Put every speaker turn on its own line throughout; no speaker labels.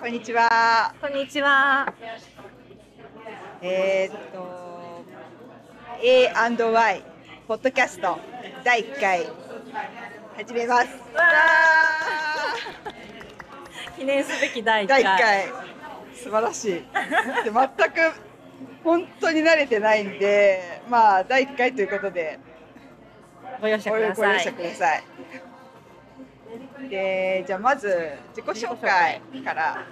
こんにちは。
こんにちは。
えーっと A&Y ポッドキャスト第1回始めます。
わ記念すべき第
ー
1
第
回。
1回素晴らしい。で全く本当に慣れてないんで、まあ第1回ということで
ご容赦
ご
くだ
了
さい
承。ください。でじゃあまず自己紹介から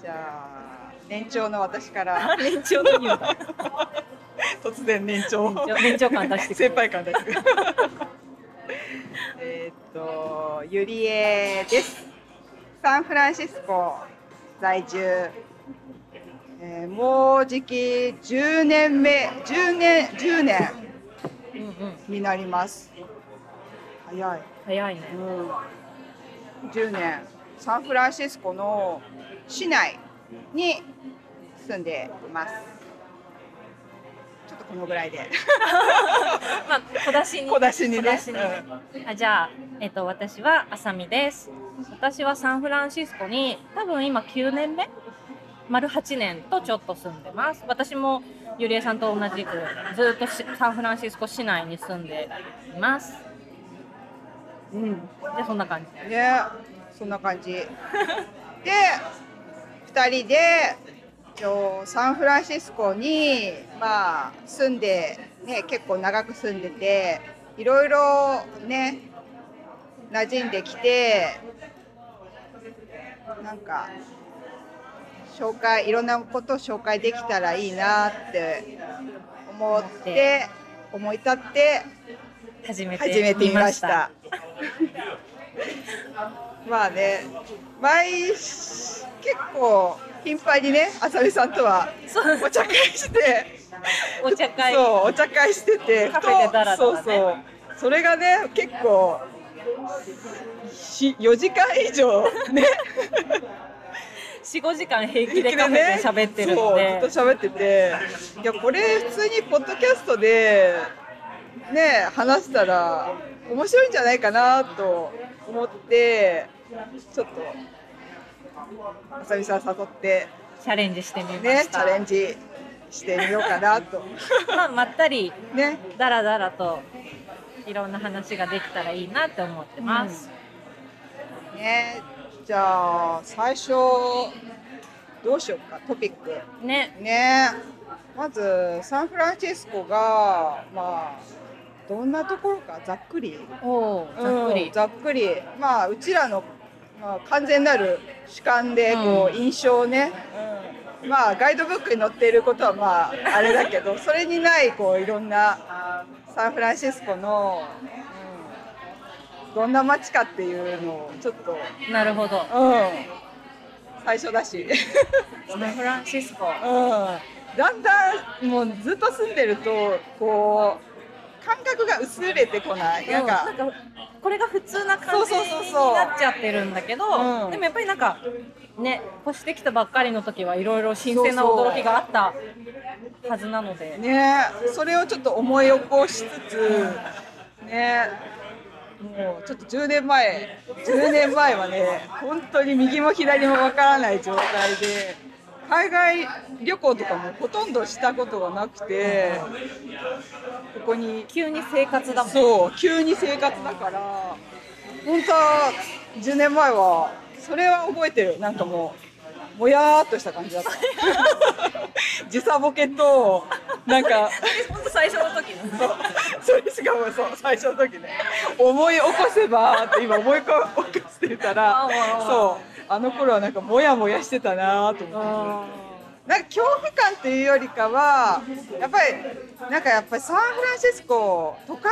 じゃあ年長の私から。
年長の匂いだ。
突然年長
年長年長感出してくる
先輩感出してくるえーっとゆりえですサンフランシスコ在住、えーもうじき10年目10年10年
うんうん。
になります早い、
早いね。
うん、10年サンフランシスコの市内に住んでいますちょっとこのぐらいで
まあ小出しに。
小出しにね
小出しあじゃあえっと私はあさみです。私はサンフランシスコに多分今9年目。丸8年とちょっと住んでます。私もゆりえさんと同じくずっとしサンフランシスコ市内に住んでいます。
うん
でそんな感じ。
ねそんな感 じで2人で一応サンフランシスコにまあ住んでね結構長く住んでていろいろね馴染んできてなんか紹介いろんなことを紹介できたらいいなって思って思い立って
始め
始め
て
て
み
み
ま
ま
し
したた。。 まあね、毎し結構頻繁にね、あさみさんとは
そう
お茶会して、
お茶会。
そうお茶会してて、
カフェでダラダラね
そうそう、それがね結構ひ4時間以上ね、
四五時間平気でカフェで喋ってるの
そうず
で
っ、と喋ってて、いやこれ普通にポッドキャストでね話したら面白いんじゃないかなと思って、ちょっとあさみさん誘って。
チャレンジしてみま
ね
し、
チ
た。
ャレンジしてみようかなと。
まあまったり
ね。
だらだらといろんな話ができたらいいなって思ってます。
ね、じゃあ、最初、どうしようか、トピック。
ね、
ね。まず、サンフランシスコが、まあ、どんなところか、ざっくり。
おお、ざっく
う
り
ん。ざっくり。まあ、うちらの、まあ、完全なる主観で、こう、
うん
印象をね。まあ、ガイドブックに載っていることはまああれだけ どそれにないこういろんなサンフランシスコの、うんどんな街かっていうのをちょっと、う
なるほど。
ん、最初だし、
サンフランシスコ。
うん、だんだんもうずっと住んでるとこう感覚が薄れてこない、なんか
うんなんかこれが普通な感じ
そう
に
そうそうそう
なっちゃってるんだけど、
うん
でもやっぱりなんかね、越してきたばっかりの時はいろいろ新鮮な驚きがあったはずなので。
ねそれをちょっと思い起こしつつねもうちょっと10年前10年前はね本当に右も左もわからない状態で海外旅行とかもほとんどしたことがなくてここに
急に生活だもん。
そう急に生活だから本当は10年前はそれは覚えてるなんかもうもやーっとした感じだった 時差ボケとなんか
本当最初の時の。
それしかもそう最初の時ね思い起こせばって今思い起こしてたら
あー
そうあの頃はなんかモヤモヤしてたなと思って。なんか恐怖感というよりかはやっぱりなんかやっぱりサンフランシスコ都会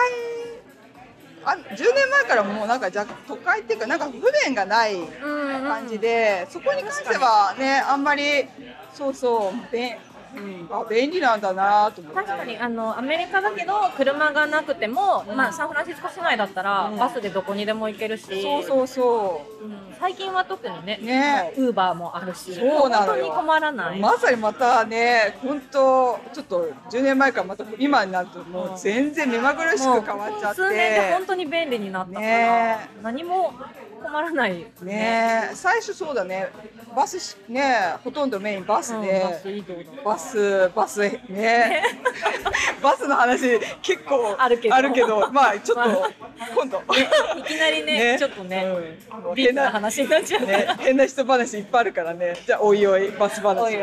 あ10年前からもうなんかじゃ都会っていうかなんか不便がない感
感
じ。でそこに関してはねあんまりそうそう便,、うん、あ便利なんだなと思って
確かにあのアメリカだけど車がなくても、まあ、サンフランシスコ市内だったら、
うん
バスでどこにでも行けるし
そうそうそう
うん最近は特にね
ね
ウーバーもあるし
そうなの
本当
よ
に困らない、
まさにまたね本当ちょっと10年前からまた今になるともう全然目まぐるしく変わっちゃって
数年で本当に便利になったから、
ね
何も困らないです
ねえ最初そうだねバスしねえほとんどメインバス
うんバス
で、
移動だ
バスバスねえバスの話結構
あるけど
まあちょっ
ま
と今度
いきなりねちょっとね、
うん
ビッグな話になっちゃうか
ね、
ら、
変な人話いっぱいあるからね。じゃあおいおいバス話。
おいおい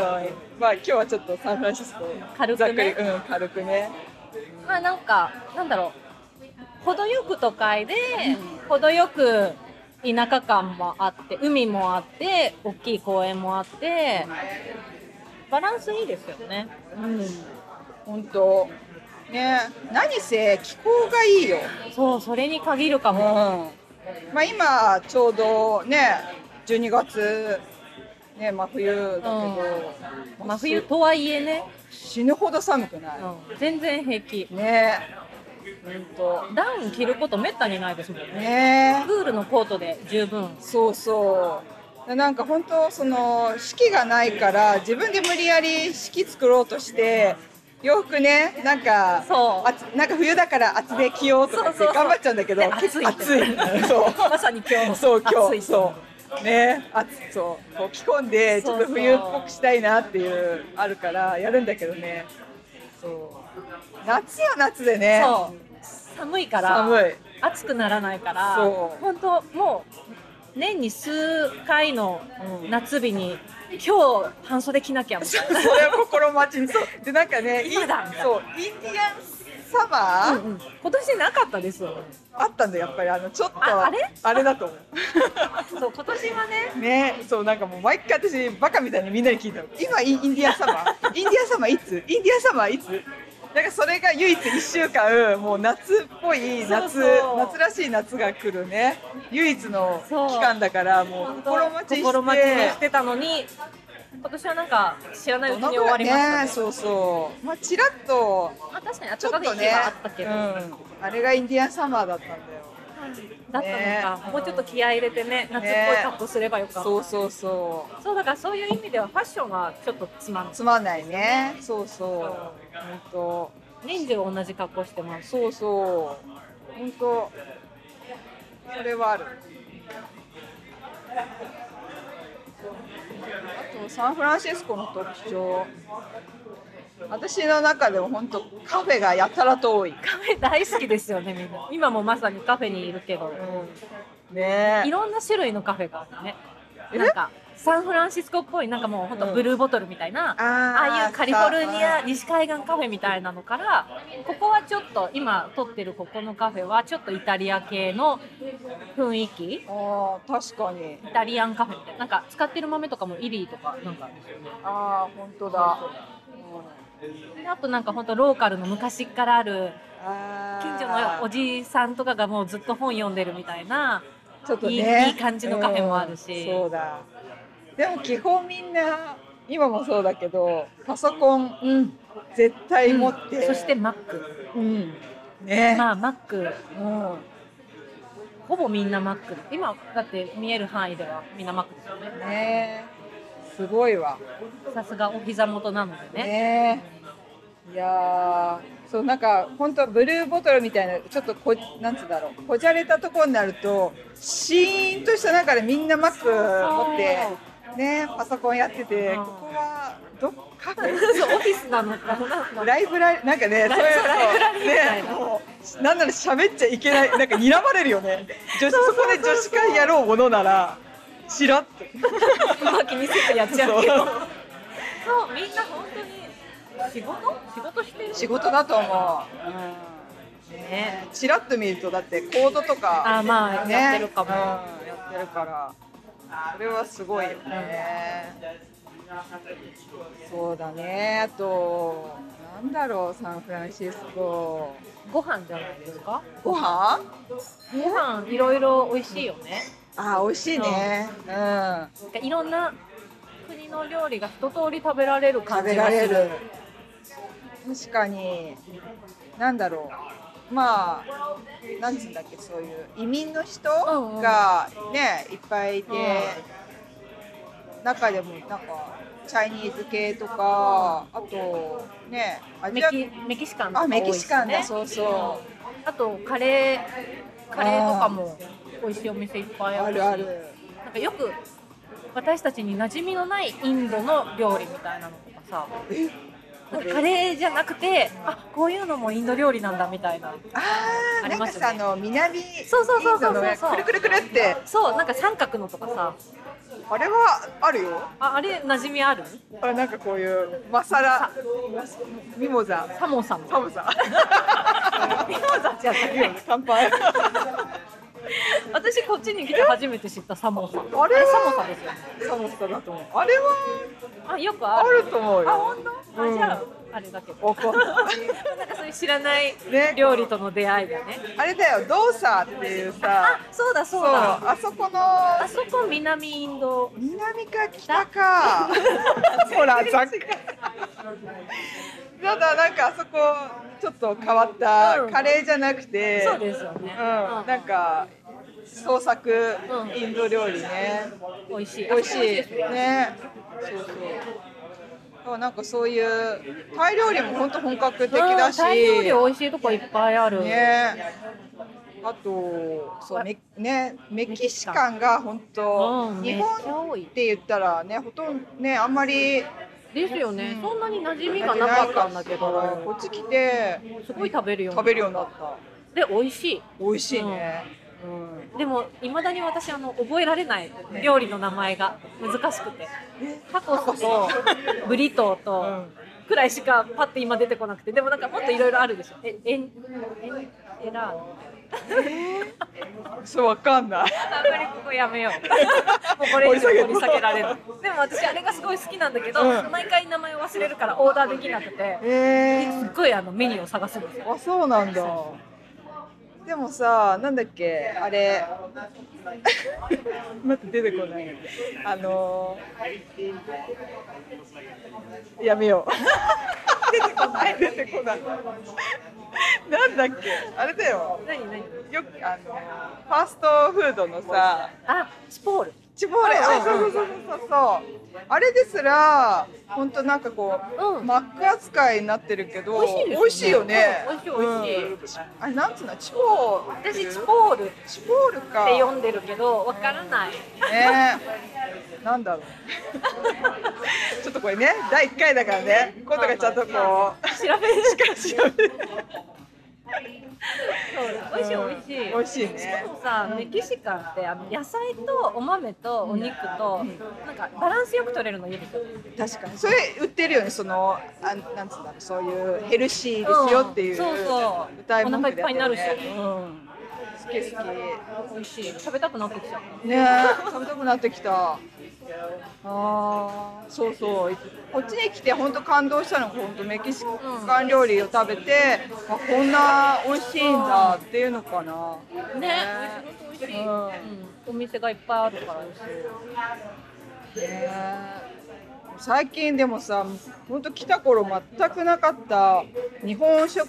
まあ今日はちょっとサンフランシスコ
軽くね
ざっくりうん軽くね。
まあなんかなんだろう程よく都会で程よく田舎感もあって海もあって大きい公園もあってバランスいいですよね
うん。本当。ね、何せ気候がいいよ。
そうそれに限るか
うん。
も、
まあ今ちょうどね、12月ね真冬だけど、
真冬とはいえね、
死ぬほど寒くない。
うん、全然平気
ね、
とダウン着ることめったにないですもんね
ね。
プールのコートで十分
そうそうでなんか本当その式がないから自分で無理やり式作ろうとして洋服ねなんか
そう
あつなんか冬だから厚手着ようとかって
そうそうそう
頑張っちゃうんだけど
で
結構
暑いって
暑いそう
まさに今日
そう今
暑い
日そうねあそうこう着込んでちょっと冬っぽくしたいなっていうあるからやるんだけどねそう夏は夏でね
そう寒いから
寒い
暑くならないから
そう
本当もう年に数回の
うん
夏日に今日半袖着なきゃみたい
それを心待ちにでなんかね
今だみたいな
そうインディアンサマ
な、
ー、
うんうん今年なかった ですよ
あったんだよやっぱりあのちょっと
ああれ
だと思
そう今年はね
うねそうなんかもう毎回私バカみたいにみんなに聞いたの今インインディアンサマーインディアンサマーいつインディアンサマーいつなんかそれが唯一1週間もう夏っぽい夏
そうそう
夏らしい夏が来るね唯一の
そう
期間だからもう
本当
心待ちにして
心待ちにしてたのに今年はなんか知らないうち
どの
に終
ぐら
わ
い
りました
ね
ね
そうそうまあちらっと
まあ、確かに
ちょ
暖
っ
か
と
く日
ね
はあったけど、
うん、あれがインディアンサマーだったんだよ
だったのか、
ね
もうちょっと気合い入れてね夏っぽい格好すればよかった、
そうそうそう
そうだからそういう意味ではファッションはちょっとつまんない
つまんないねそうそう本
年中同じ格好してま
当
す
そうそう本当それはあるあとサンフランシスコの特徴私の中でも本当カフェがやたらと多い、
カフェ大好きですよねみんな今もまさにカフェにいるけど
うん、ね
いろんな種類のカフェがあるねなんかサンフランシスコっぽいなんかもうほんとブルーボトルみたいな、ああ
あ
いうカリフォルニア西海岸カフェみたいなのからここはちょっと今撮ってるここのカフェはちょっとイタリア系の雰囲気イ
あー確かに
タリアンカフェみたいななんか使ってる豆とかもイリーとかなんかあるんですよね
ああ本当だ
であとなんかほんとローカルの昔からある近
近
所のおじいさんとかがもうずっと本読んでるみたいな
ちょっとね
いいいい感じのカフェもある
う
し
んそうだでも基本みんな今もそうだけどパソコン
うん
絶対持って、
そしてマック
うんね、
まあマック
うん
ほぼみんなマック今だって見える範囲ではみんなマックですよね
ねすごいわ
さすがお膝元なのでね
ねいやーそうなんか本当ブルーボトルみたいなちょっとこなんつうんだろうこじゃれたところになるとシーンとした中でみんなマック持ってねパソコンやってて
う
こ
ん
こはどっか
そうオフィスなのかなんか
ライブラリなんかね、そういう
ライブラリーみたいな
ね、もうなんなら喋っちゃいけない、なんか睨まれるよ ね。女子そこで女子会やろうものなら、しらっと。
まあ気にせずやっちゃうけどそう
そう
みんな本当に仕事仕事してる
仕事だと思う。ね
ね、
ちらっと見るとだってコードとか、
あーまあ、
ね、
やってるかも、
うんやってるから。それはすごいよね。そうだね。あと、なんだろう、サンフランシスコ。
ご飯じゃないですか
ご飯？
ご飯いろいろ美味しいよね
あー美味しいね。うん。
なんかいろんな国の料理が一通り食べられる
食
感
べ
じ
ら
がす
れ
る
る。確かに。なんだろう。まあ。なんつうんだっけ、そういう移民の人
うんうん
がね、いっぱいいて。中でも、なんか。チャイニーズ系とか、あと。ね、アジ
メ
ア。
キメキシカンとか
あ、
多い
メキシカンだ、
ですね
そうそう。
あとカレーカレーとかも美味しいお店いっぱいあ
あ
るし
るある
なんかよく私たちに馴染みのないインドの料理みたいなのとかさ
え
なんかカレーじゃなくてあこういうのもインド料理なんだみたいな
あ
あ
あ
り
なん
ま
か
すよね
さあの南イン
そうそうそうそ
ド
う
のく
そう
るくるくるって
そうなんか三角のとかさ
あれはあるよ
ああれ馴染みある
あなんかこういうマサラミモザ
サモさん
サムザミモザじゃないよね乾杯
私こっちに来て初めて知ったサモさん
あれ
サモさんですよね
サムザだと思うあれは
あよくあ
あ
る
ると思う
あ
よ
本当、あじゃああれだけど
わかんない
なんかそういう知らない
ね
料理との出会いだね
あれだよドーサーっていう
あ
さ
そうだそ
そうう
だ
あそこの
あそこ南インド
南か北 かほらざっくりただなんかあそこちょっと変わった、
うん
カレーじゃなくて
そうですよね、
うん、なんか創作
うん
インド料理ね、
美味しい
美味しい
ですね
ねそうそうそうなんかそういうタイ料理も本当本格的だし
うんタイ料理美味しいとこいっぱいある、
ねあとそうメねメキシカンが本当、
うん
日
めっちゃ
本
多
っ
い
て言ったらねほとんどねあんまり
ですよね、
うん
そんなに馴染みがなかったんだけ
こ
ど
っち来て
すごい食べるように
食べるようになった
で美味しい
美味しいね、
でもいまだに私あの覚えられない料理の名前が難しくてタコスとブリトー
う
と
ん
くらいしかパッて今出てこなくてでもなんかもっといろいろあるでしょええんえんエラーノ
そうわかんない
あんまりここやめよ うもうこれ以上掘り下げられるでも私あれがすごい好きなんだけど、
うん
毎回名前忘れるからオーダーできなくて
え
すっごいあのメニューを探すんですよ
あそうなんだでもさなんだっけあれ 待って出てこないあのー、やめよう出てこない出てこないなんだっけあれだよ
何何
よくあのファーストフードのさ
あチポール
チボーレ
うん
あそうそうそうそうそうあれですら本当なんかこう、
うん
マック扱いになってるけど
美味しいですよね
美味しいよ
うん
ね
美味しい美
うんあれなんつうのチボー
私チポールっ
チボールか
て呼んでるけどわからない
ねなんだろう ちょっとこれね第1回だからね今度がちゃんとこ う
調べるしか
しか調べ
美味しい美味しい
美味しいね
しかもさメキシカンってあの野菜とお豆とお肉となんかバランスよく取れるのいいですよね
確かにそれ売ってるよねそのあなんつうんだろうそういうヘルシーですよっていう、
そうそう
歌い
お
文
腹い
句
っ
で
ぱ
や
い
っ
に
た
な
よ
る
ね
し、うん
好き好き
美味しい食べたくなってきちゃう
ねえ、寒くなってきた。あーそうそうこっちに来て本当感動したのが本当メキシカン料理を食べて、あこんな美味しいんだっていうのかな
ね、美味しい、美味しい、うんお店がいっぱいあるから美味しい。
ね最近でもさ本当来た頃全くなかった日本食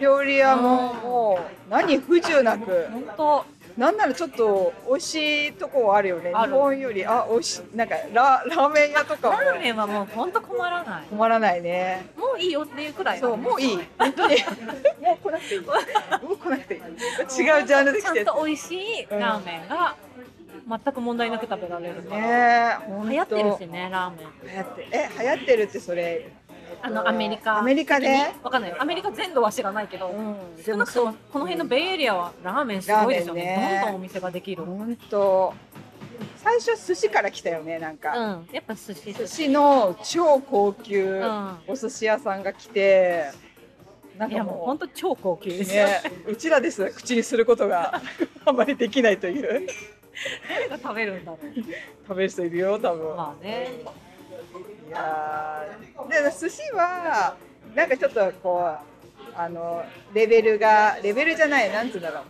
料理屋も
うん
もう何不自由なく
本当、
なんならちょっと美味しいとこはあるよね
あ
日
る
本よりあ美味しいなんかララーメン屋とかも
ラーメンはもう本当困らない。
困らないね。
もういいよっていうくらい。
そう、もういい。本当に。もう来なくていい。もう来なくていい。違うジャンルで
ち
来
ゃん
てる。
と美味しいラーメンが全く問題なく食べられるから。
ねえ、本当。
流行ってるしね、ラーメン。
流行ってる。え、流行ってるってそれ。
あのアメリカ。
アメリカで
わかんない。アメリカ全土は知らないけど。
ん
少なくともこの辺のベイエリアはラーメンすごいですよ
ラ
ね
ーメンね
どんどんお店ができる、うん、
本当。最初寿司から来たよね、なんか。
やっぱ寿司
寿司の超高級
うん
お寿司屋さんが来て。なん
い
か
やもう
も
本当超高級で
う。
すよ、
ね、うちらですら口にすることが あんまりできないという
誰が食べるんだろう
食べる人いるよ多分、
まあね
いやーで寿司はなんかちょっとこうあのレベルがレベルじゃないなんつうんだろう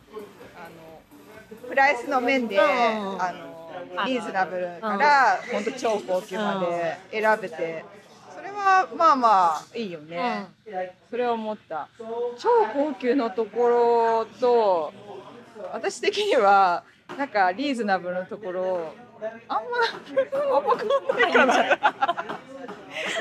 あのプライスの面で、
うん
あのリーズナブルから本当、ほんと超高級まで選べて、それはまあまあいいよね、それは思った超高級のところと私的にはなんかリーズナブルのところあんまあんま変わんないかな。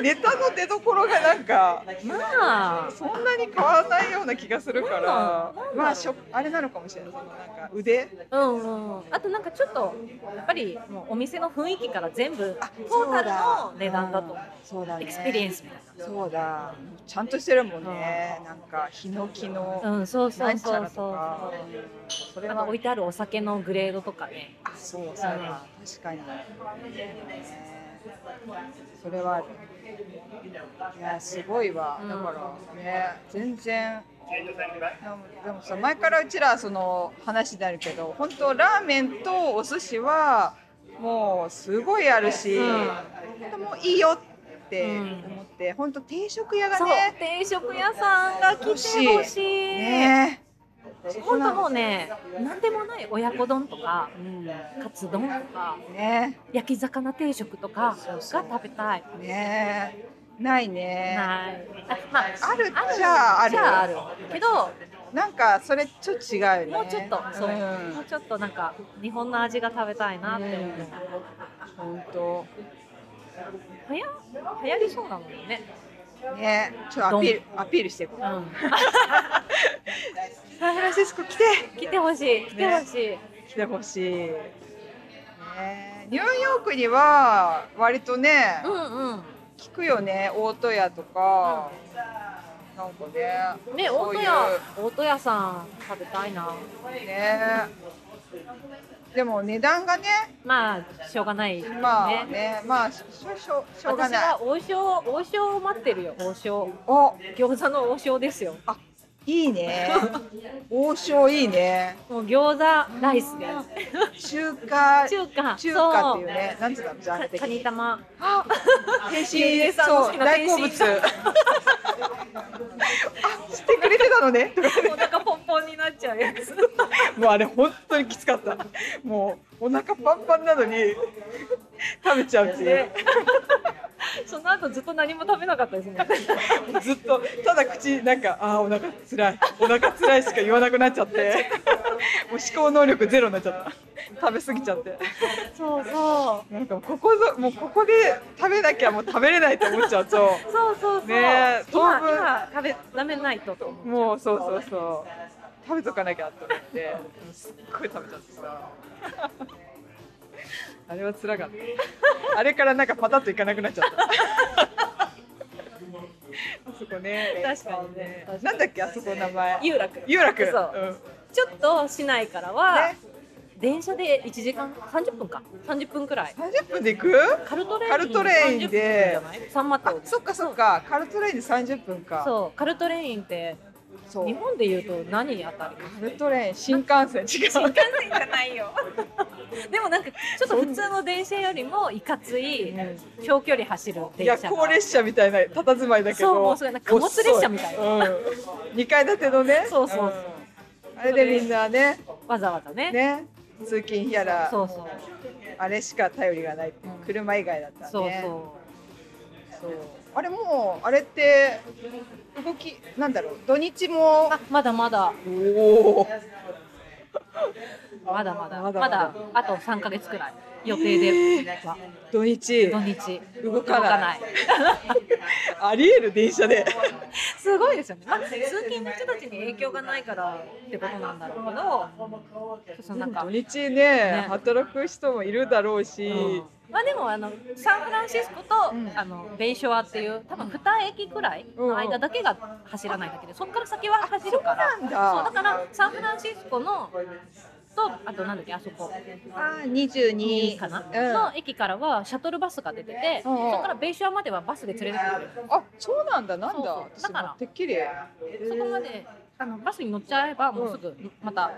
ネタの出所がなんか
まあ
そんなに変わらないような気がするか
な
ら
んなんだろう
まあしょあれなのかもしれないそのなんか腕
うんうん、あとなんかちょっとやっぱりもうお店の雰囲気から全部
あ
トータルの値段だと思う
そうだね
エクスペリエンスみたい
そうだちゃんとしてるもんねなんかヒノキの
な、うん、そうそう
何
そ
皿
う
と
そう
かそれ
あと
は
置いてあるお酒のグレードとかね
あそうそうだ確かにそれはあるいやすごいわ
うん
だからね全然なでもさ前からうちらその話になるけど本当ラーメンとお寿司はもうすごいあるし、
うん
本当もういいよって思って、本当定食屋が
そう
ね
定食屋さんが来てほ
欲
しい
ね
本当もうね何でもない親子丼とかカツ丼とか
うんね
焼き魚定食とか
そう
が
そう
食べたい
ねないね
ないあまあ
あるっちゃある
じゃああるけど
なんかそれちょっと違うよね
もうちょっと、そう、
ん
もうちょっとなんか日本の味が食べたいなって思う。
うん本当
はや、流行りそうなのよね。
ねちょっとアピールアピールしていこう
うん。
サンフランシスコ来て
来てほしい、来てほしい。
来てほしい、ね、ニューヨークには割とね、
うん
聞くよね大戸屋とか、なんか
う
ね
ん。ね、
そ
大
うい
戸
う
屋、大戸屋さん食べたいな。
ねでも値段がね
まあ、しょうがない、ね。
まあねまあしょしょしょうが
私
ない
は王将、王将を待ってるよ、王将。
お
餃子の王将ですよ。
いいね 王将いいね
もう餃子ライスで。
中華
中華。
中華っていうねなんつうのジャン
そう。
ル
か
的
カニ
に
玉。
あ天
天
津
津さんの好
そ
き
う
な
大好
天
物
津
あ知ってくれてたのねとか
お腹ポンポンになっちゃうやつ。
もうあれ本当にきつかったもうお腹パンパンなのに食べちゃうっていう
でその後ずっと何も食べなかったですね。
ずっとただ口なんかあーお腹つらいお腹つらいしか言わなくなっちゃってもう思考能力ゼロになっちゃった食べ過ぎちゃって
そうそ
なんかここぞもうここで食べなきゃもう食べれないと思っちゃうと
う。そうそうそう。
ねえ
今
当分
今食べダメないとと思う。
もうそうそうそう食べとかなきゃと思ってすっごい食べちゃってさあれは辛かったあれからなんかパタッといかなくなっちゃったあそこね
確かにね確かに
なんだっけあそこの名前
有楽。
有楽
そうんちょっと市内からは、
ね
電車で1時間30分か30分くらい。
30分で行く
カルトレイン。
カルトレインで
30分じゃない？三マ
あ
ト。
そっかそっかカルトレインで30分か
そうカルトレインって
そう
日本で言うと何あたり？
カルトレイン 新幹線違う
幹線じゃないよ。 でもなんかちょっと普通の電車よりもいかつい長距離走る
い
電
や
車が。
高列車みたいな佇まいだけど
そうもうそれなんか貨物列車みたいな
な、うん、2階建てのね
そうそうそうん
あれでみんなね
わざわざね。
ね通勤やら
そうそう
あれしか頼りがないっていう
うん
車以外だったらね
そうそ
そうあれもうあれって動きなんだろう土日も
う。あまだまだ
おお
まだまだま
まだ
だ
まだ
あと3ヶ月くらい予定では、
土日
土日
動かない
い
ありえる電車で
すごいですよね、まあ、通勤の人たちに影響がないからってことなんだろうけどそのなんか、
土日ね
ね
働く人もいるだろうし、
うんまあでもあのサンフランシスコと、
うん
あのベイショアっていう多分2駅くらいの間だけが走らないだけでそこから先は走るから
そうなん
そうだ
だ
からサンフランシスコのとあとなんだっけあそこ
あー22
かな、
うん
の駅からはシャトルバスが出てて、
うんうん
そこからベイショアまではバスで連れてくる、
あ、そうなんだ、なんだ。
そうそ
私
うだから
もてっきり。
そこまであのバスに乗っちゃえばもうすぐまた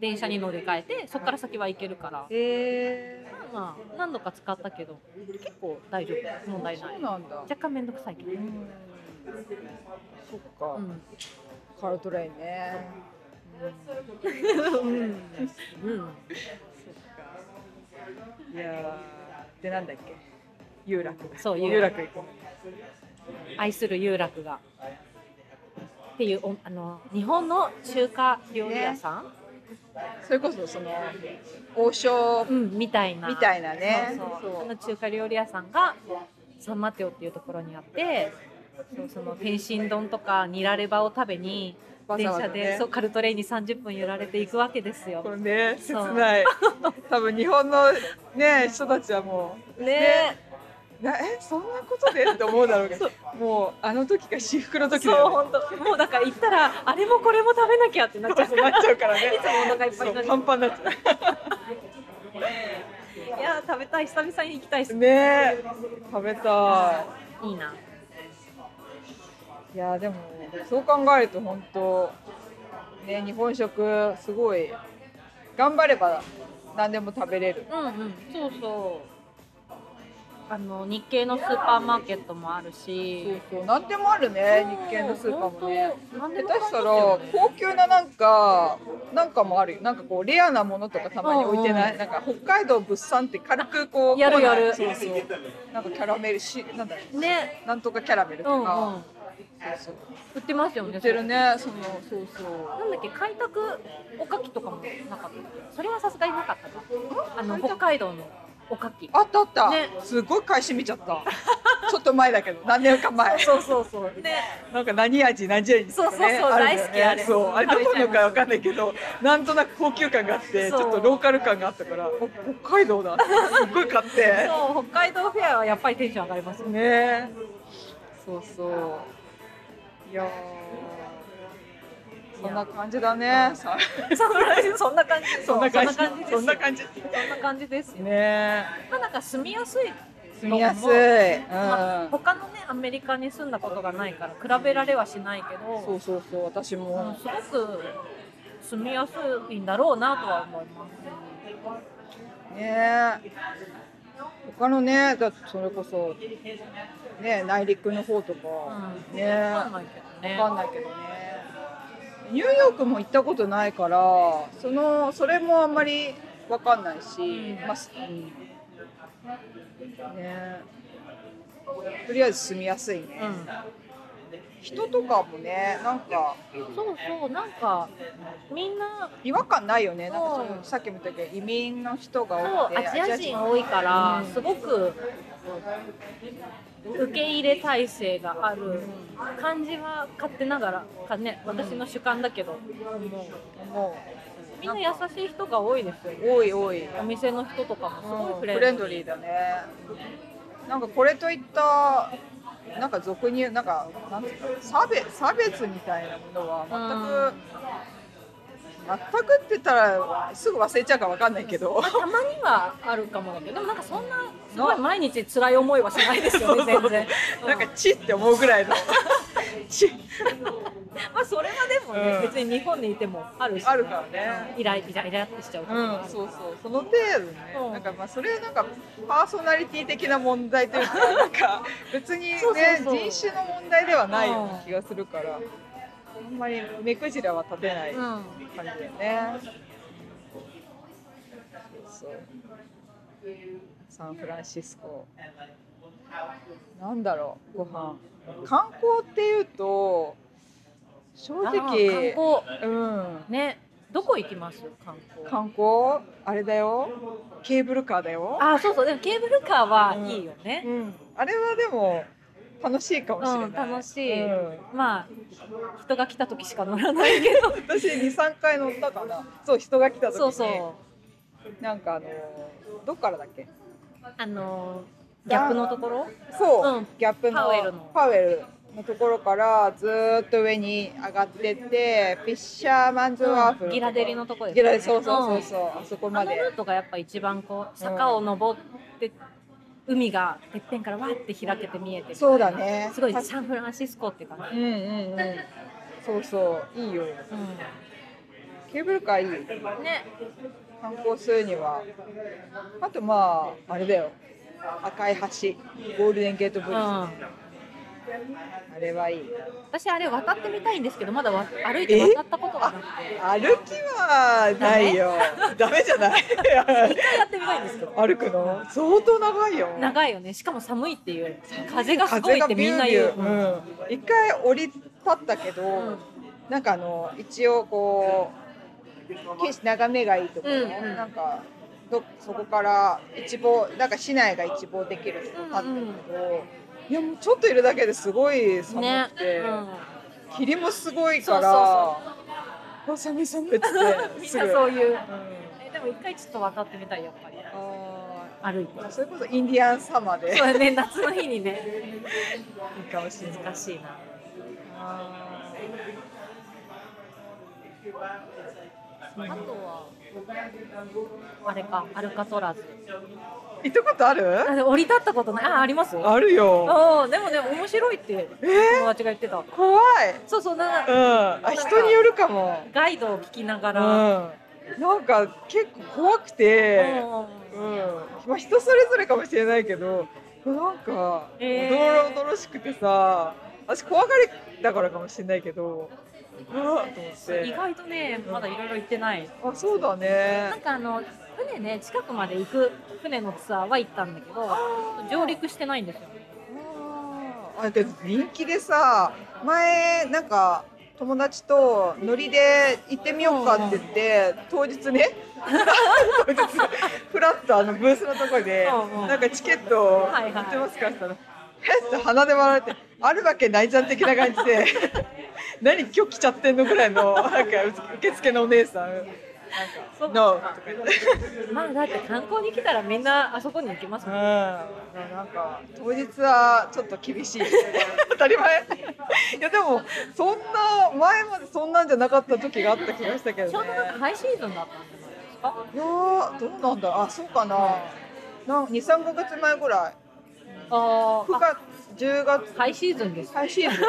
電車に乗り換えてそこから先は行けるから、
えー
まあ、何度か使ったけど結構大丈夫問題な
そ
いう
なんだ。
若干面倒くさいけど、
うんそっか、
うん
カルトレインね。
うん、
いやー、でなんだっけ。有楽。
そう有
有
楽
楽行こ
愛する有楽がっていうおあの日本の中華料理屋さん、
う。それこそその王将
うん、みたいな
みたいなね。
そうそう
そ
そうの中華料理屋さんがサンマテオっていうところにあってそうその天津丼とかニラレバを食べに
わ
電
ざわざ
車
ね
でそうカルトレインに30分揺られていくわけですよ
こ。れね切
そう
ない 多分日本のね人たちはも
ね
うなえそんなことでって思うだろうけどもうあの時が至福の時だ
そう
よ
本当もうだから行ったらあれもこれも食べなきゃってな っちゃう
ねそうなっちゃうからね
いつもお腹いっぱいにな
そう
る
パンパンになっちゃ
いやー食べたい久々に行きたいっす
うねえ食べた
いいない
いやでもそう考えると本当ね日本食すごい頑張れば何でも食べれる
うんうんそうそうあの日系のスーパーマーケットもあるし
そうそう何でもあるね日系のスーパーもね
本
下
当何で
手
も買えま
し
す
たら
よね
高級ななんかなんかもあるよなんかこうレアなものとかたまに置いてない、
うんうん
なんか北海道物産って軽くこう
やるやる
そうそうなんかキャラメルしなんだろ
ね
うなんとかキャラメルと
うんうん
か、そう
売ってますよ
そう
ね
売ってるねそのそうそう
なんだっけ開拓おかきとかもなかったそれはさすがになかったかあの
開拓
北海道のおかき
あったあった、
ね
すごい返し見ちゃったちょっと前だけど何年か前
そうそうそうで
なんか何味何味って
そうそうそう
るんだよ
大好きあれ
そうあれどこの
食べちゃい
か
ます
わかんないけどなんとなく高級感があってち
そう
ょっとローカル感があったからお北海道だってすっごい買って
そう北海道フェアはやっぱりテンション上がりますよね
ねえそうそういやーそんな感じだねさ
そうそんな感じ
そんな感じ
です
そ
よ
んな感じ
そんな感じですよ、
ねえ
まあ、なんか住みやすい
住みやすい、うん
まあ、他のねアメリカに住んだことがないから比べられはしないけ
そ
ど
うそうそう私
うん
も
すごく住みやすいんだろうなとは思います
ねえ他のねだってそれこそね内陸の方とか、
うん
ねえ
わかんないけどね
わかんないけどねニューヨークも行ったことないからそのそれもあんまりわかんないし、
うん
まあすうんねえとりあえず住みやすいね、
うん
人とかもねなんか
そうそうなんかみんな
違和感ないよねなんかそう
う
いう
ん
さっきも言ったけど移民の人が多
そ
く
う
て
アジア人多いから
うん
すごく受け入れ体制がある感じは勝手ながらかね私の主観だけど
もう
みんな優しい人が多いですよね
多い多い
お店の人とかもすごい
フ
フ
レ
レ
ン
ン
ド
ド
リ
リ
ー
ー
だねなんかこれといったなんか俗に言うなんかなんていうか差別差別みたいなものは全く、全くって言ったらすぐ忘れちゃうかわかんないけど
まあ、たまにはあるかもだけどでもなんかそんなすごい毎日辛い思いはしないですよね 全然、う
なんかチって思うぐ らいのチ
まあそれはでもね、
うん
別に日本にいてもあるし、
あるからね
イライイライラってしちゃうこと
う
もあ
ん
る
そう
から
そうその程度ね、
うん
なんかまあそれはなんかパーソナリティ的な問題というかなんか別にね
そうそうそう
人種の問題ではないような気がするから、あんまり目くじらは立てない。
うん
感じだよね。そうサンフランシスコ。なんだろう、ご飯。観光っていうと。正
あ
直。
ー観
うん。
光ねどこ行きます観光
観光、あれだよ。ケーブルカーだよ。
あそうそうでもケーブルカーはいいよね、
うん、あれはでも。楽しいかもしれない。
うん楽しい
うん
まあ人が来た時しか乗らないけど
私二三回乗ったかな。 そう、人が来た時に。
そうそう
なんかあの。どっからだっけ。
あのーギャップのところ
そう、
うん
ギャップの
パウエルの
パウエルのところからずーっと上に上がってってフィッシャーマンズワーフ、
うんギラデリのとこです
ギ
よ
ラ
ね
デリそうそうそうそう、あそこ
あ
ま
の
で
ルートがやっぱ一番こう坂を登って、海がてっぺんからわって開けて見えてみたいな
そうだね
すごい
確か
サンフランシスコって感
う
じ、
んうんうんそうそういいよ
う
ケーブルカーいい
ん、ね
観光するにはあとまああれだよ赤い橋ゴールデンゲートブ
う
リ
ん
ッジ、あれはいい
私あれ渡ってみたいんですけどまだわ歩いて渡ったことがなくて
歩きはないよダメじゃない
一回やってみたいんですけど
歩くの相当長いよ
長いよねしかも寒いっていう風がすご
風
いっ
が
て
ビ
み
ュ
んな
ービ
言う
ュー、うん一回降り立ったけど、
うん
なんかあの一応こう景色眺めがいいところ、
うんうん
なんかどそこから一望なんか市内が一望できるとこ立ってるけど、いやもうちょっといるだけですごい寒
ね
くて、
う
霧もすごいから「あ寒い寒い」っつっ
ん、
て
みん
す
な
ぐ。
そうい
う
う
ん
えでも一回ちょっと渡ってみたいやっぱり
あ
歩いて
ーそれこそインディアンサマーでい
そうだね夏の日にね
いかもしれない。
難しいな
あ
あとはあれかアルカトラズ
ー行ったことある
あで降り立ったことないああります
あるよ。
あでもね面白いって
え
友達が言ってた
ー、怖い。
そうそうな
うん。あ人によるかも。
ガイドを聞きなが
うん。
ら、
なんか結構怖くて、うん。まあ人それぞれかもしれないけど、なんか
え
驚
ー
ろ驚ろしくてさ、私怖がりだからかもしれないけど、うわーと思っ
うん意
て。
外とねまだいろいろ行ってない
あ、そうだね
なん。かあの船ね近くまで行く船のツアーは行ったんだけど上陸してないんですよ
あー、けど人気でさ前なんか友達とノリで行ってみようかって言って当日ね 当日フラッとあのブースのとこで
うんうん
なんかチケット
はいは
売
い
ってますかって言ったらえって鼻で笑われてあるわけないじゃん的な感じで 何今日来ちゃってんのぐらいのなんか受付のお姉 さんなんか
そう
NO とか言って。
まあだって観光に来たらみんなあそこに行きます
うん、
もん
なんか当日はちょっと厳しい 当たり前いやでもそんな前までそんなんじゃなかった時があった気がしたけ
ちょ
ど
う
ね
どなんかハイシーズンだったんじゃないですか
いやーどうなんだろうあそうかななん23ヶ月前ぐらい
あ
9月10月
ハイシーズンです
最シーズ
ち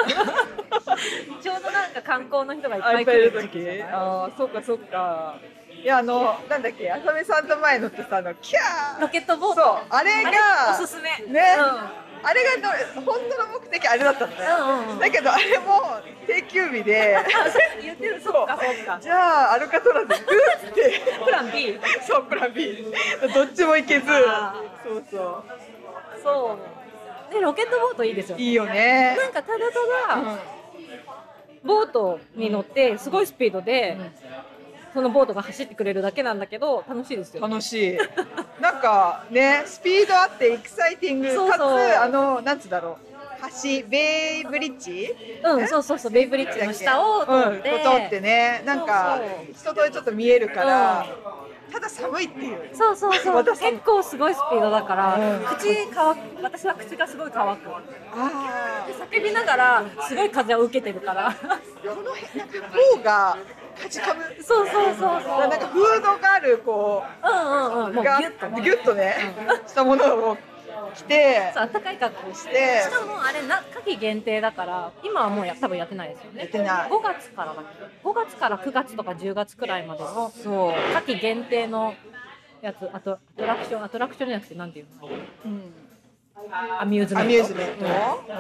ょうどなんか観光の人がいっ
ンあ
ぱ
い
い
っぱいい
来
る
る時期じ
時
ゃない
あーそうかそうかいやあのなんだっけ浅見さんと前乗ってさあのキャー
ロケットボ ー
そ
ト
うあれが
あれおすすめ
ねあれがの本当の目的あれだったのね、
うん うんうん
だけどあれも定休日で
うん、言ってるそうかそうか
じゃあアルカトラズ行くって
プラン B
そうプラン B どっちも行けず
あ
そうそ
そうでロケットボートいいですよ
う
ね
いいよね
なんかただただ、ボートに乗ってすごいスピードで、そのボートが走ってくれるだけなんだけど楽しいですよ。
楽しいなんかねスピードあってエキサイティング
そうそう
かつあのなんつうんだろう橋ベイブリッジ
うん、そうそうそう、ベイブリッジの下を通って、
うん通ってねなんか人とちょっと見えるから、ただ寒いっていう
そうそうそう、
私
結構すごいスピードだから、
うん
口乾く、私は口がすごい乾く。
あ
で叫びながら、すごい風を受けて るから。
この辺なんか方がかじかむ
そうそうそうそう。
なんかフードがあるこ
うんうんうん、
う
もうギュ
が
ッと、ね。
ギュッとねしたものを着て
そう暖かい格好して
で
しかもあれな夏季限定だから今はもうや多分やってないですよね
やってない
5月からだっけ5月から9月とか10月くらいまでの
そ
夏季限定のやつあとアトラクションアトラクションじゃなくてなんていう
う、うん、
のアミューズ
ア
メント
ミューズメント、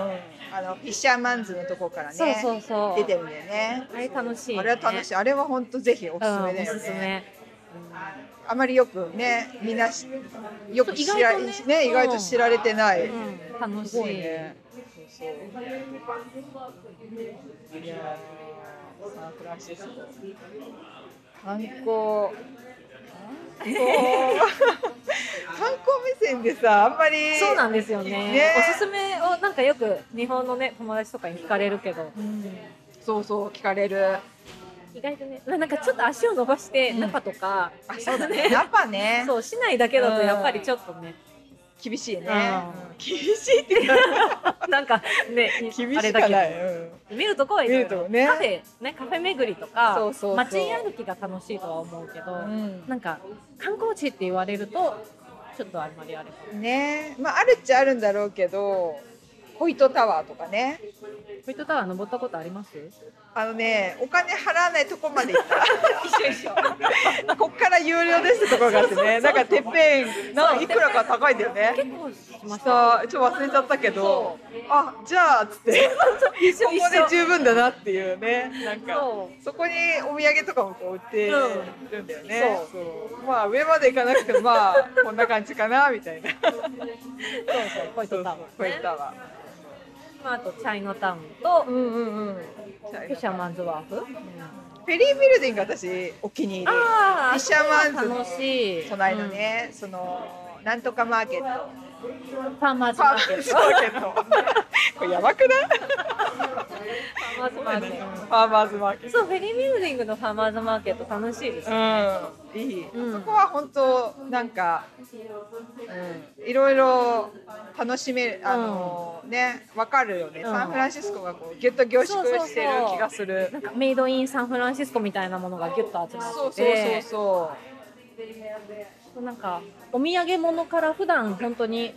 あのフィッシャーマンズのとこからね
そうそうそう
出てるんだよね
あれ楽しい、ね、
あれは楽しいあれは本当ぜひおすすめだよね、
うんおすすめ
あまりよくねみんなしよく知ら
そう意外とね
ね意外と知られてない、
うん、楽し
す
い
ごいね。そうそう。いやー、サンフランシスコ。観光。観光。観光目線でさ、あんまり。
そうなんですよね
ね
おすすめをなんかよく日本のね友達とかに聞かれるけど
うんそうそう、聞かれる。
意外とねなんかちょっと足を伸ばして
うん
ナパとか、
あ、そうだ ね。やっぱね。
そう市内だけだとやっぱりちょっとね、
厳しいね。
うん
うん厳しいって言うのは
なんかね
厳
あ
しく
れだ
は
け
ない。
ど
うん
見るとこはいろいろ
見るとこね
カフェねカフェ巡りとか
そうそうそう
街歩きが楽しいとは思うけど、
うん
なんか観光地って言われるとちょっとあんまりあれか
ね、まあ、あるっちゃあるんだろうけど。ホイトタワーとかね。
ホイットタワー登ったことあります
あのね、お金払わないとこまで行った。
一緒一緒
こっから有料ですってところがあってね、なんかてっぺん、なんかいくらか高いんだよね。
結構しました
さあ、ちょっと忘れちゃったけど
そ、
あ、じゃあっつって、こ
一緒一
こ
緒
で十分だなっていうね、なんか。
そう
そこにお土産とかもこう売ってるんだよね。
うん
そうまあ上まで行かなくてもまあこんな感じかなみたいな。そうそう
ホイットタワーね
ホイットタワー。
まあ、あとチャイナタウンと
う、んうんうん。
フィシャーマンズワーフ、
フェリービルディング私お気に入り。
あ
フィッシャーマンズの
楽しい
隣の、ね、そのなんとかマーケット。
うんファーマーズ
パ
マ
ー
ーケット
マーケット。これやばくない？
ファーマーズマーケット
パーマーズマーケット。
そうフェリービルディングのファーマーズマーケット楽しいです、
うん、いい、
うん
あそこは本当なんか、うん、いろいろ楽しめるあの、ねわかるよね、
うん
サンフランシスコがこうギュッと凝縮してる気がする
なんかメイドインサンフランシスコみたいなものがギュッと集まって
そうそうそう
て
そ
なんかお土産物から普段本当に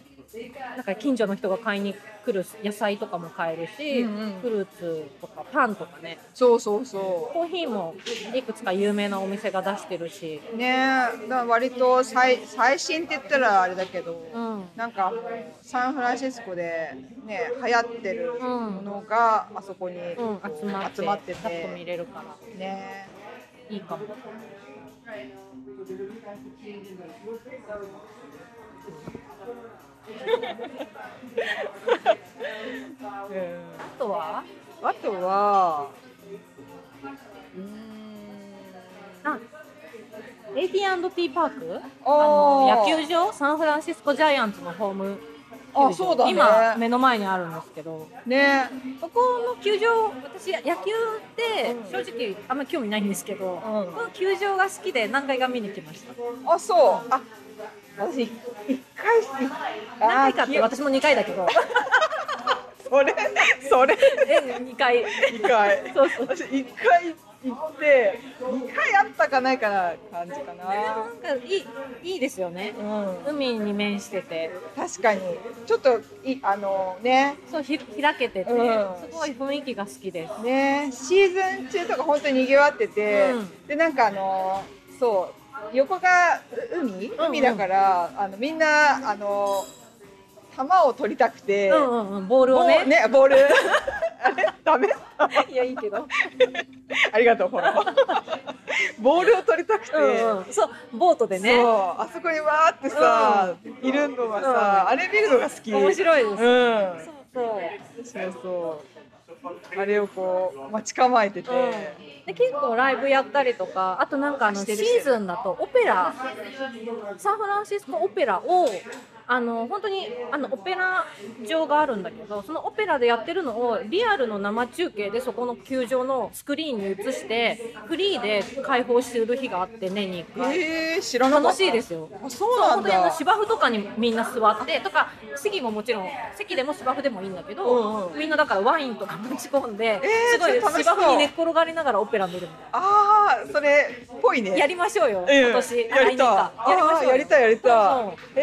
なんか近所の人が買いに来る野菜とかも買えるし、
うんうん
フルーツとかパンとかね
うそうそうそ
コーヒーもいくつか有名なお店が出してるし、
うねだから割と最最新って言ったらあれだけど、
うん、
なんかサンフランシスコでね流行ってる
うん
ものがあそこに
うん
こう、
集まって
集まって
パッと見
て
れるから
ね
いいかも。
うん
あとは
あとは、うーん、
あ AT&T パーク
おー
あの野球場サンフランシスコジャイアンツのホーム球場
あそうだね
今目の前にあるんですけど
ね、
そこの球場私野球って正直あんまり興味ないんですけど、
ん
この球場が好きで何回か見に来ました
あ、そう、あ、私一回し、
何回かって
あ
私も2回だけ ど
それ、それ、
え2回
二回、
そうそう
私一回行って、二回あったかないかな感じかな。
なんかいいいいですよね
うん、
海に面してて
確かに、ちょっとい、あのね、
そうひ開けてて、
うん
すごい雰囲気が好きです
ねシーズン中とか本当に賑わってて、
うん
でなんかあのそう横がう海
んうん
海だから、あのみんなあの球を取りたくて、
うんうんうんボール
ボ
をね
ーねボールあれダメ
いやいいけど
ありがとうほら ボールを取りたくて、
うんうん、そうボートで
そう
ね
あそこにわーってさ、いるのがさ、あれ見るのが好き
面
い
白いです、
うん
そうそう、
そうそうあれをこう待ち構えてて、
で結構ライブやったりとかあとなんかあの
し
シ
てるしてる
ーズンだとオペラサンフランシスコオペラをあの本当にあのオペラ場があるんだけどそのオペラでやってるのをリアルの生中継でそこの球場のスクリーンに映してフリーで開放してる日があって年に1回。
えー、知らなかった
楽しいですよ。
あそうなん
本当にあ
だ
の芝生とかにみんな座ってとか席ももちろん席でも芝生でもいいんだけど、
うんうん
みんなだからワインとか持ち込んで、
えー
すご
それ
い
楽しそう
芝生に寝っ転がりながらオペラ見るみたい
ああ、それっぽいね。
な。やりましょうよ、
ええ
今年
やり
来年
たい。
かやりま
あー
しょうよ
やりたい、やりた
そう
い。え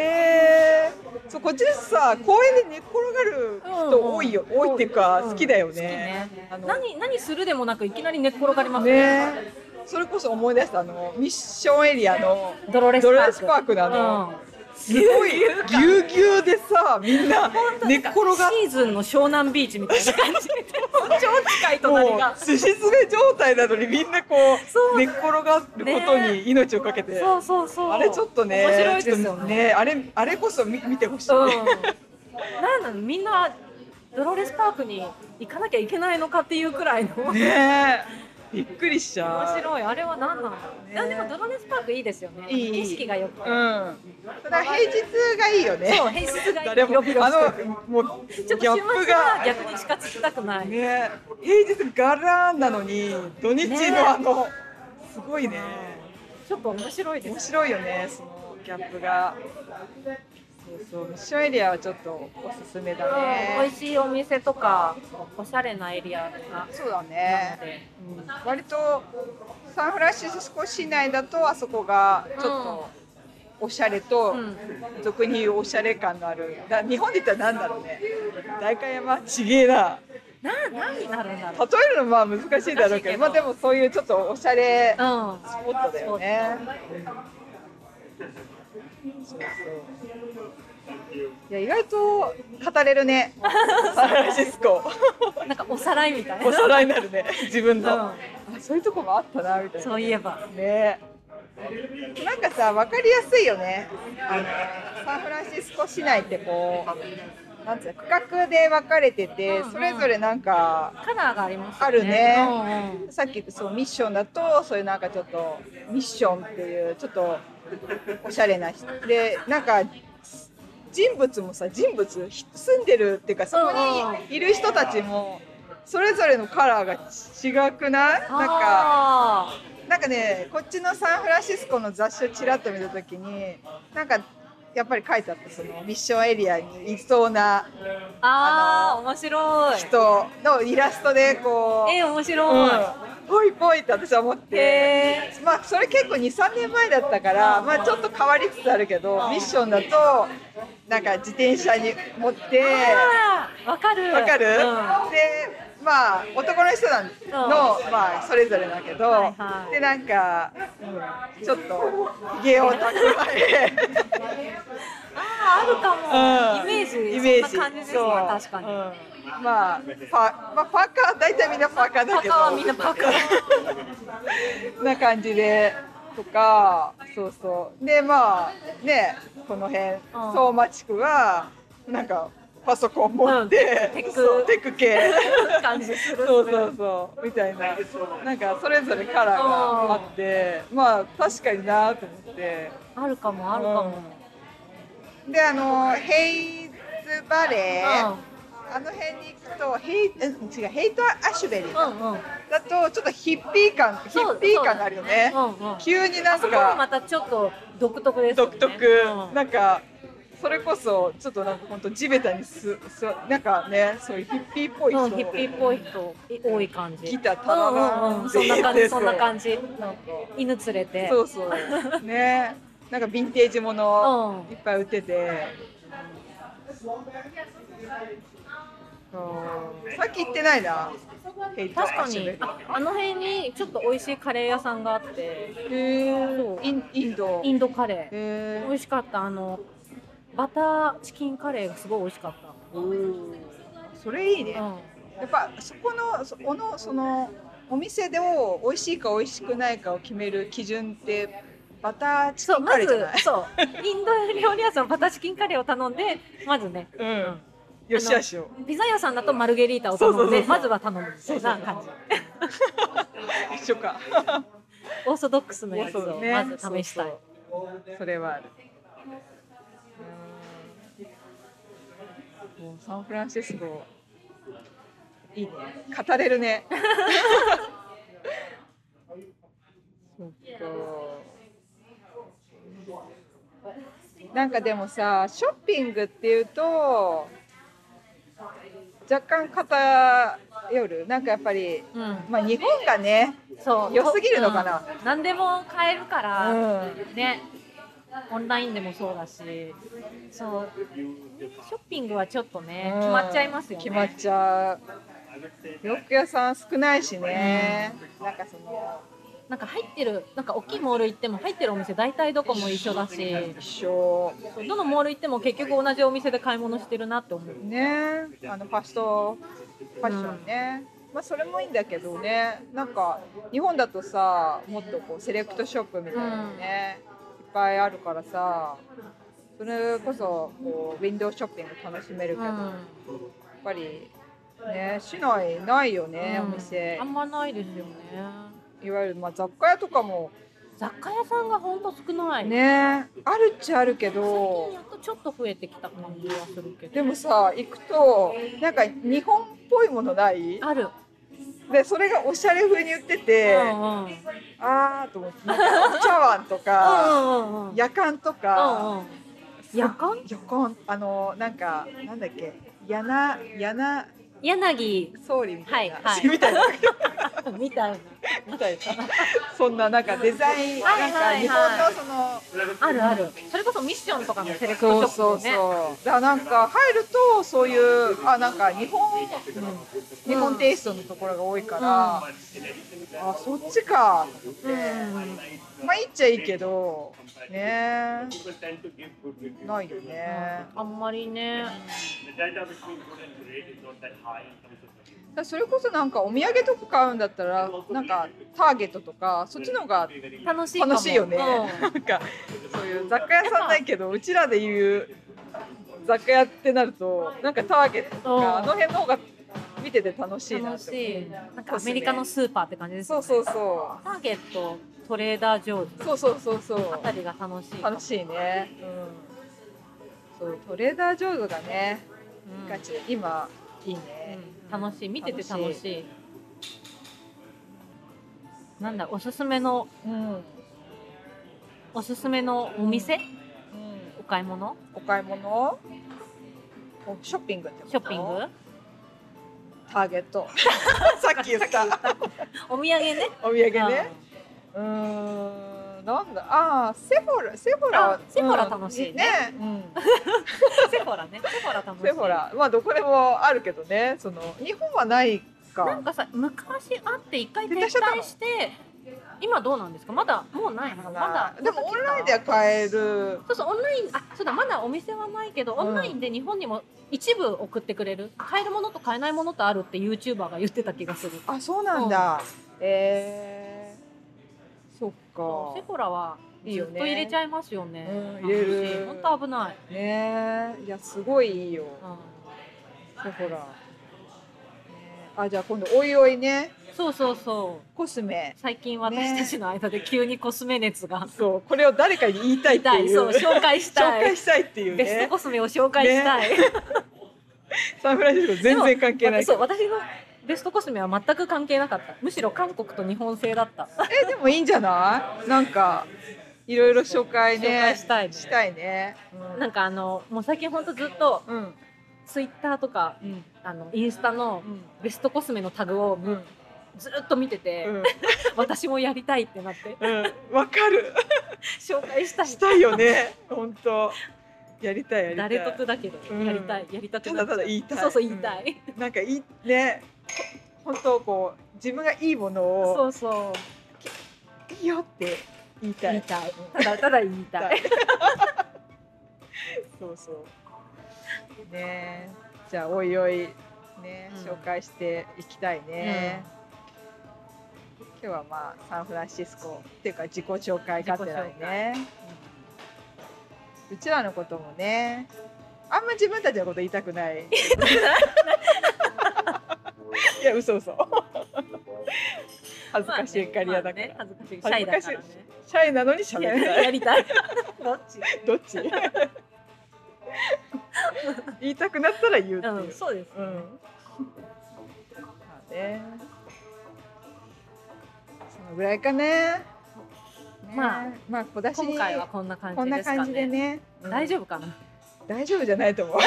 えー、そう、こっちさ、公園で寝っ転がる人多いよ、
うんうん
多いっていうか、
うん
好きだよ
そう
ね。あの
何何するでもなくいきなり寝っ転がります
ね。それこそ思い出した、あの、ミッションエリアの。
ドロレスパ
ド
ーク
レスパークなの。すごい、ぎゅうぎゅうでさ、みんな
うん
寝っ転がって。
シーズンの湘南ビーチみたいな感じ超近い隣
も
が
うすし詰め状態なのにみんなこ
そう
う寝っ転がることに命をかけて、
そうそうそう
あれちょっとね、
面白いですよ
ちょっと
ね
あれあれこそ見見てほしい、
うん、なんなのみんなドロレスパークに行かなきゃいけないのかっていうくらいの面
ねえ、びっくりしちゃう。
白いあれは何なの、
ね
なんでもドロレスパークいいですよね
いいいい
景色がよくて、
うん。ただ平日がいいよね。
そう平日がいい
誰も
広々
あ
して
のもうギ
ち
ャ
ょっと週
ップ
末は
がね
逆に近づきたくない、
え、平日ガラーンなのに土日
ねえ
のあの、すごいね。
ちょっと面白いで
面
す
白いよねそのギャップが。そうそうミッションエリアはちょっとおすすめだ
うん美
ね
味。しいお店とかおしゃれなエリアが
そうだ
な
ね
の。で
うん割とサンフランシスコ市内だとあそこがちょっとおしゃれと、
うん
俗に言うおしゃれ感のあるだ日本で言ったら何だろうね代官山ちげえな
な何になるんだろ
例えるのはまあ難しいだろう
難しい
け
け
ど
ど
まあでもそういうちょっとおしゃれス
う、うん、
ポットだよね、そうそういや意外と語れる ねサンフランシスコ
なんかおさらいみたいな
おさらいになるね自分の、
うん
あそういうとこもあったなみたいな
そういえば
ねなんかさ分かりやすいよねあのサンフランシスコ市内ってこうなんつうの区画で分かれてて
うんうん
それぞれなんか
カラーがありますよね。
あるね
うんうん
さっきそうミッションだとそういうなんかちょっとミッションっていうちょっとおしゃれな人でなんか人物もさ人物ひ住んでるっていうかそこにいる人たちもそれぞれのカラーが違くないなんか
あ
なんかねこっちのサンフランシスコの雑誌をちらっと見た時になんかやっぱり書いてあったそのミッションエリアにいそうな
ーあー面白い。
人のイラストでこう。
えー、面
うん
白い。
ぽいぽいって私は思って。
へ
まあそれ結構23年前だったから、まあ、ちょっと変わりつつあるけどミッションだとなんか自転車に持って
え。あーわかる。
わかる、
うん
でまあ男の人なんの、まあ、それぞれだけど、
はいはい
でなんか、うんちょっと芸を蓄 え
あーあるかも。イメージ。そんな感じですね。
そう
確かに。
うんまあパ,、まあ、パーカー大体みんなパーカーだけど
パーカーはみんなパーカ
な感じでとかそうそうでまあねこの辺、相馬地区はなんかパソコン持って、
うんテク
そうテク系
感じす る。
そうそうそうみたいななんかそれぞれカラーがあってまあ確かになと思って。
あるかもあるかも。
であのヘイズバレー、
うん
あの辺に行くとヘイうん違うヘイトアッシュベリーだ,、
うんうん。
とちょっとヒッピー感ヒ
そう
ッピー感があるよね、
そううんうん。
急になん
そこもま
か
たちょっと独特ですよね。
独特、
うん
なんかそれこそちょっとなんか本当地べたにすすなんかねそういうヒッピーっぽい人、
うん、ヒッピーっぽい人多い感じ。
ギターたらば
うんうんうん、そんな感じ、そんな感じ。
なんか
犬連れて。
そうそうねなんかヴィンテージもの
うん
いっぱい売ってて、そうさっき行ってないなヘイト
確か
アッシュベ
に
リー
あ、あの辺にちょっと美味しいカレー屋さんがあって、
へ
そう
ーインインド
インドカレー。
へ
美味しかった。あの、バターチキンカレーがすごい美味しかっ
ーおーそれいいね、
た。うん。
やっぱそこのそこのそのお店でを美味しいか美味しくないかを決める基準ってバターチ
そ
キ
う、
ンカ
ま
レー
ず
じゃない、、
そう、インド料理屋さん、バターチキンカレーを頼んで、まずね、
うんよしよしを
ピザ屋さんだとマルゲリータを頼ん
そうそうそう
で、
そう
まずは頼むみたいな感じ。
一緒か
オーソドックスのやつを
ね
まず試し
そ
たい。
うそうそれはあるもうサンフランシスコいいね語れるね そっかなんかでもさショッピングっていうと若干偏るなんかやっぱり
うん。
まあ日本がね
そう
良すぎるのかな
とうん何でも買えるから、
う
ねオンラインでもそうだしそうショッピングはちょっとね、決まっちゃいますよね
決まっちゃう洋服屋さん少ないしね、なんかその
なんか入ってるなんか大きいモール行っても入ってるお店大体どこも一緒だし
一生
そうどのモール行っても結局同じお店で買い物してるなって思う
ねあのファストファッションね、まあそれもいいんだけどねなんか日本だとさもっとこうセレクトショップみたいなのね、いっぱいあるからさそれこそこうウィンドウショッピング楽しめるけ
う
ど、やっ
ん
ぱりね市内ないよね、お店
あんまないですよね
いわゆるまあ雑貨屋とかも
雑貨屋さんがほんと少ない
ねあるっちゃあるけ
最近
ど
やっとちょっと増えてきた感じはするけど
でもさ行くとなんか日本っぽいものない
ある
でそれがおしゃれ風に売ってて、
うんうん
あーと思ってなんか茶碗とか
うんうんうん
やかんと
うん
か、
うんやかん
やかんあのなんかなんだっけやなやな
柳
総理みたいな、
はいは い
みたいな
みたいな
みたいなそんななんかデザイン、
はいはいはい
なんか日本のその
あるあるそれこそミッションとかのセレク
そ
ト
う
ショ
そ
ッ
う
プ
そ
で
う
ね。
だからなんか入るとそういうあなんか日本日本テイストのところが多いから、あそっちか。
うん
まあいいっちゃいいけどね
People tend to give good reviews.
ないよね。
あんまりね
the delta between good and great is not that high in terms of value.
だからそれこそなんかお土産とか買うんだったらなんかターゲットとかそっちの方が
楽しいかも
楽しいよね、
う
なんかそういう雑貨屋さんないけどうちらでいう雑貨屋ってなるとなんかターゲットと
うん
かあの辺の方が見てて楽しい
ん
な
楽
っ
していなんかアメリカのスーパーって感じです
思
よ
う
ね
そうそうそ
ターゲットトレーダー・ジョージ
うそうそうそうそう
あたりが楽しい
楽しいね、うん、そうトレーダー・ジョーズがね、
うん
ガチ今いいね、
うん楽しい見てて楽
楽
し
し
いなんだおすすめの
うん
おすすめのお店
うん
お買い物
お買い物おショッピングってこと
ショッピング
ターゲット さっき言った
お土産ね
お土産ねうーんなんだああセフォラセフォ
あ
ラ
セフォラ
うん
楽しいね
うん
うんセフォラねセフォラ楽しい
セフォラまあどこでもあるけどねその日本はない
な
か
んかさ昔あって一回撤
撤退しちゃった
退
の
して今どうなんですかまだもうないのまだ
でもオンラインでは買える
そうそうオンラインあそうだまだお店はないけどオンラインで日本にも一部送ってくれる、買えるものと買えないものとあるって YouTuber が言ってた気がする
あそうなんだ、えー、そっ
そうセ
か
フォラはい
い
ずっ
よ
と
ね
入れちゃいますよね
うん入れる
本当危ない、
ねえいやすごいいいよ
う
セフォラ、ねえあじゃあ今度おいおいね
ん、そうそうそう
コスメ
最近私たちの間で急にコスメ熱が
そうこれを誰かに言いたいって
痛い
いう
そう紹介した
紹
い
介したいっていう
ベスト
ね
コスメを紹介したい、
サンフランシスコ全然関係ない
そう私のベストコスメは全く関係なかったむしろ韓国と日本製だった
えでもいいんじゃないなんかいろいろ紹介ね
紹介したいね
したいね
なんかあのもう最近ほんとずっと
うんうん
ツイッターとか
うん
あのインスタの
うん
ベストコスメのタグを
うん
ずっと見てて、私もやりたいってなって
うんわかる
紹介したい
したいよね本当やりたいやりたい
誰得だけど
うん
やりたい、やりたくなっちゃ
た
う
だただ言いたい
そうそう言いたい、
なんかいいね本当こう自分がいいもの
そ
を
うそう
いいよって言いた
言い
い
たいただただ言いたい
そうそうねじゃあおいおいね、
うん
紹介していきたいね、今日はまあサンフランシスコっていうか自己紹介がてらに
自己紹
ねうんうちらのこともねあんま自分たちのこと言いたくない いや嘘嘘恥ずかしいかり屋だから、
まあね、恥ずかしいシャイだからね
シャイなのに喋
や
りたい
やりたいどっち
どっち 言いたくなったら言うっていう、
うんそうです
うん。まあね。そのぐらいかね。ね
まあ
まあ小出しに
今回はこんな感
こん
じで
な
すかね
感じでね。
大丈
夫
夫かな
大丈夫じゃないと思う。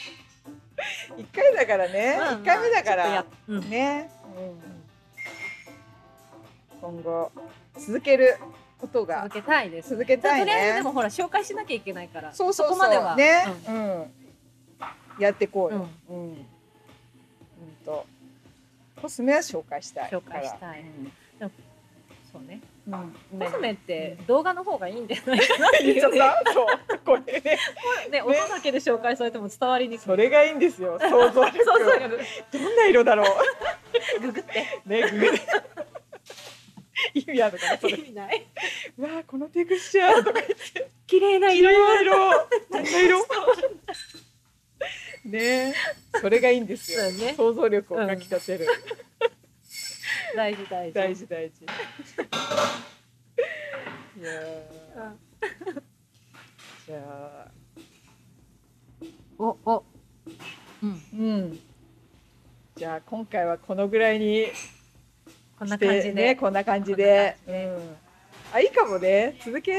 一回だからね。一、
まあまあ
回目だか
ちょっ
ら
とやっうん
ね、今後続けることが
続けたいです
続けたい
とりあえずで
ね
も。ほら紹介しなきゃいけないから
そうそうそう。
こまでは
ね、
う
うん。やっていこうよ。うん。うん、と。コスメは紹介したい。
紹介したい
い。
そうね
うん。
コスメっ
う
て
ん
動画の方がいいんじゃ ないかなって
言っ
い
ちゃっ
うね
た。そう。これ ね。
ね音だけで紹介されても伝わりにくい
それがいいんですよ。想像力。
そうそう
どんな色だろ
ググって
う。ね、グー。意味あるかな、そ
意
れ。
味ない
わあ、このテクスチャーとか。
綺麗な
黄
色
色い色。どんな色。ね。それがいいんですよ
そう。ね
想像力をかきたてる。
大事大事
大事大 事。いやー
うん
じゃあ、
おおうん
うん。じゃあ今回はこのぐらいに
こん
し
な
て
感じ
ね、
で
こんな感じで、うん。あいいかもね。続け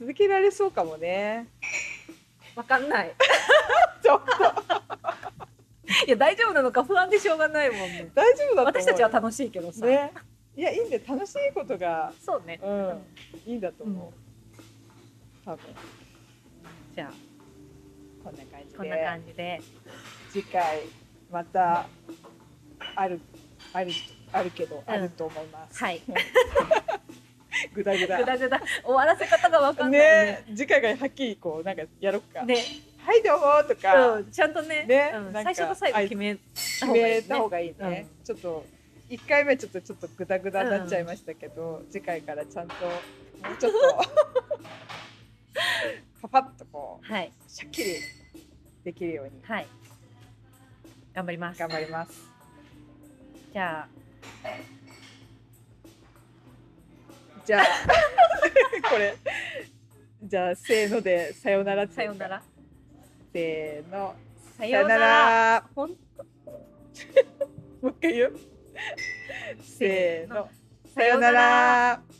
続けられそうかもね。
わかんない
ちょっと
いや大丈夫なのか不安でしょうがないもんね
大丈夫だと思う。
私たちは楽しいけどさ
ね。いやいいんで楽しいことが、
そうね
うん、いいんだと思う。多分
じゃあ
こんな感じで。
こんな感じで
次回またあるあるあるけど、あると思います。
はい
ぐだぐだ。
ぐだぐだ終わらせ方がわかんないね
ね、次回がはっきりこうなんかやろっか。
ね
ははいどうも」とか
うんちゃんとね
ね
うん
なん
最
か
初と最後決めた
決
方がい
め
い
た方が
ね
いいね
うん
ちょっと1回目ちょっとちょっとグダグダになっちゃいましたけど、次回からちゃんともうちょっと パパッとこ
はい、
うしゃっきりできるように
はい。頑張ります。
頑張ります。
じゃあ、
じ ゃあこれじゃあせーのでさよならっていうか
さようなら。
せーの
さ
さよな。ら
ほ ん
もう一回言うせーのさ
さ
よ
よ
な
なら
ら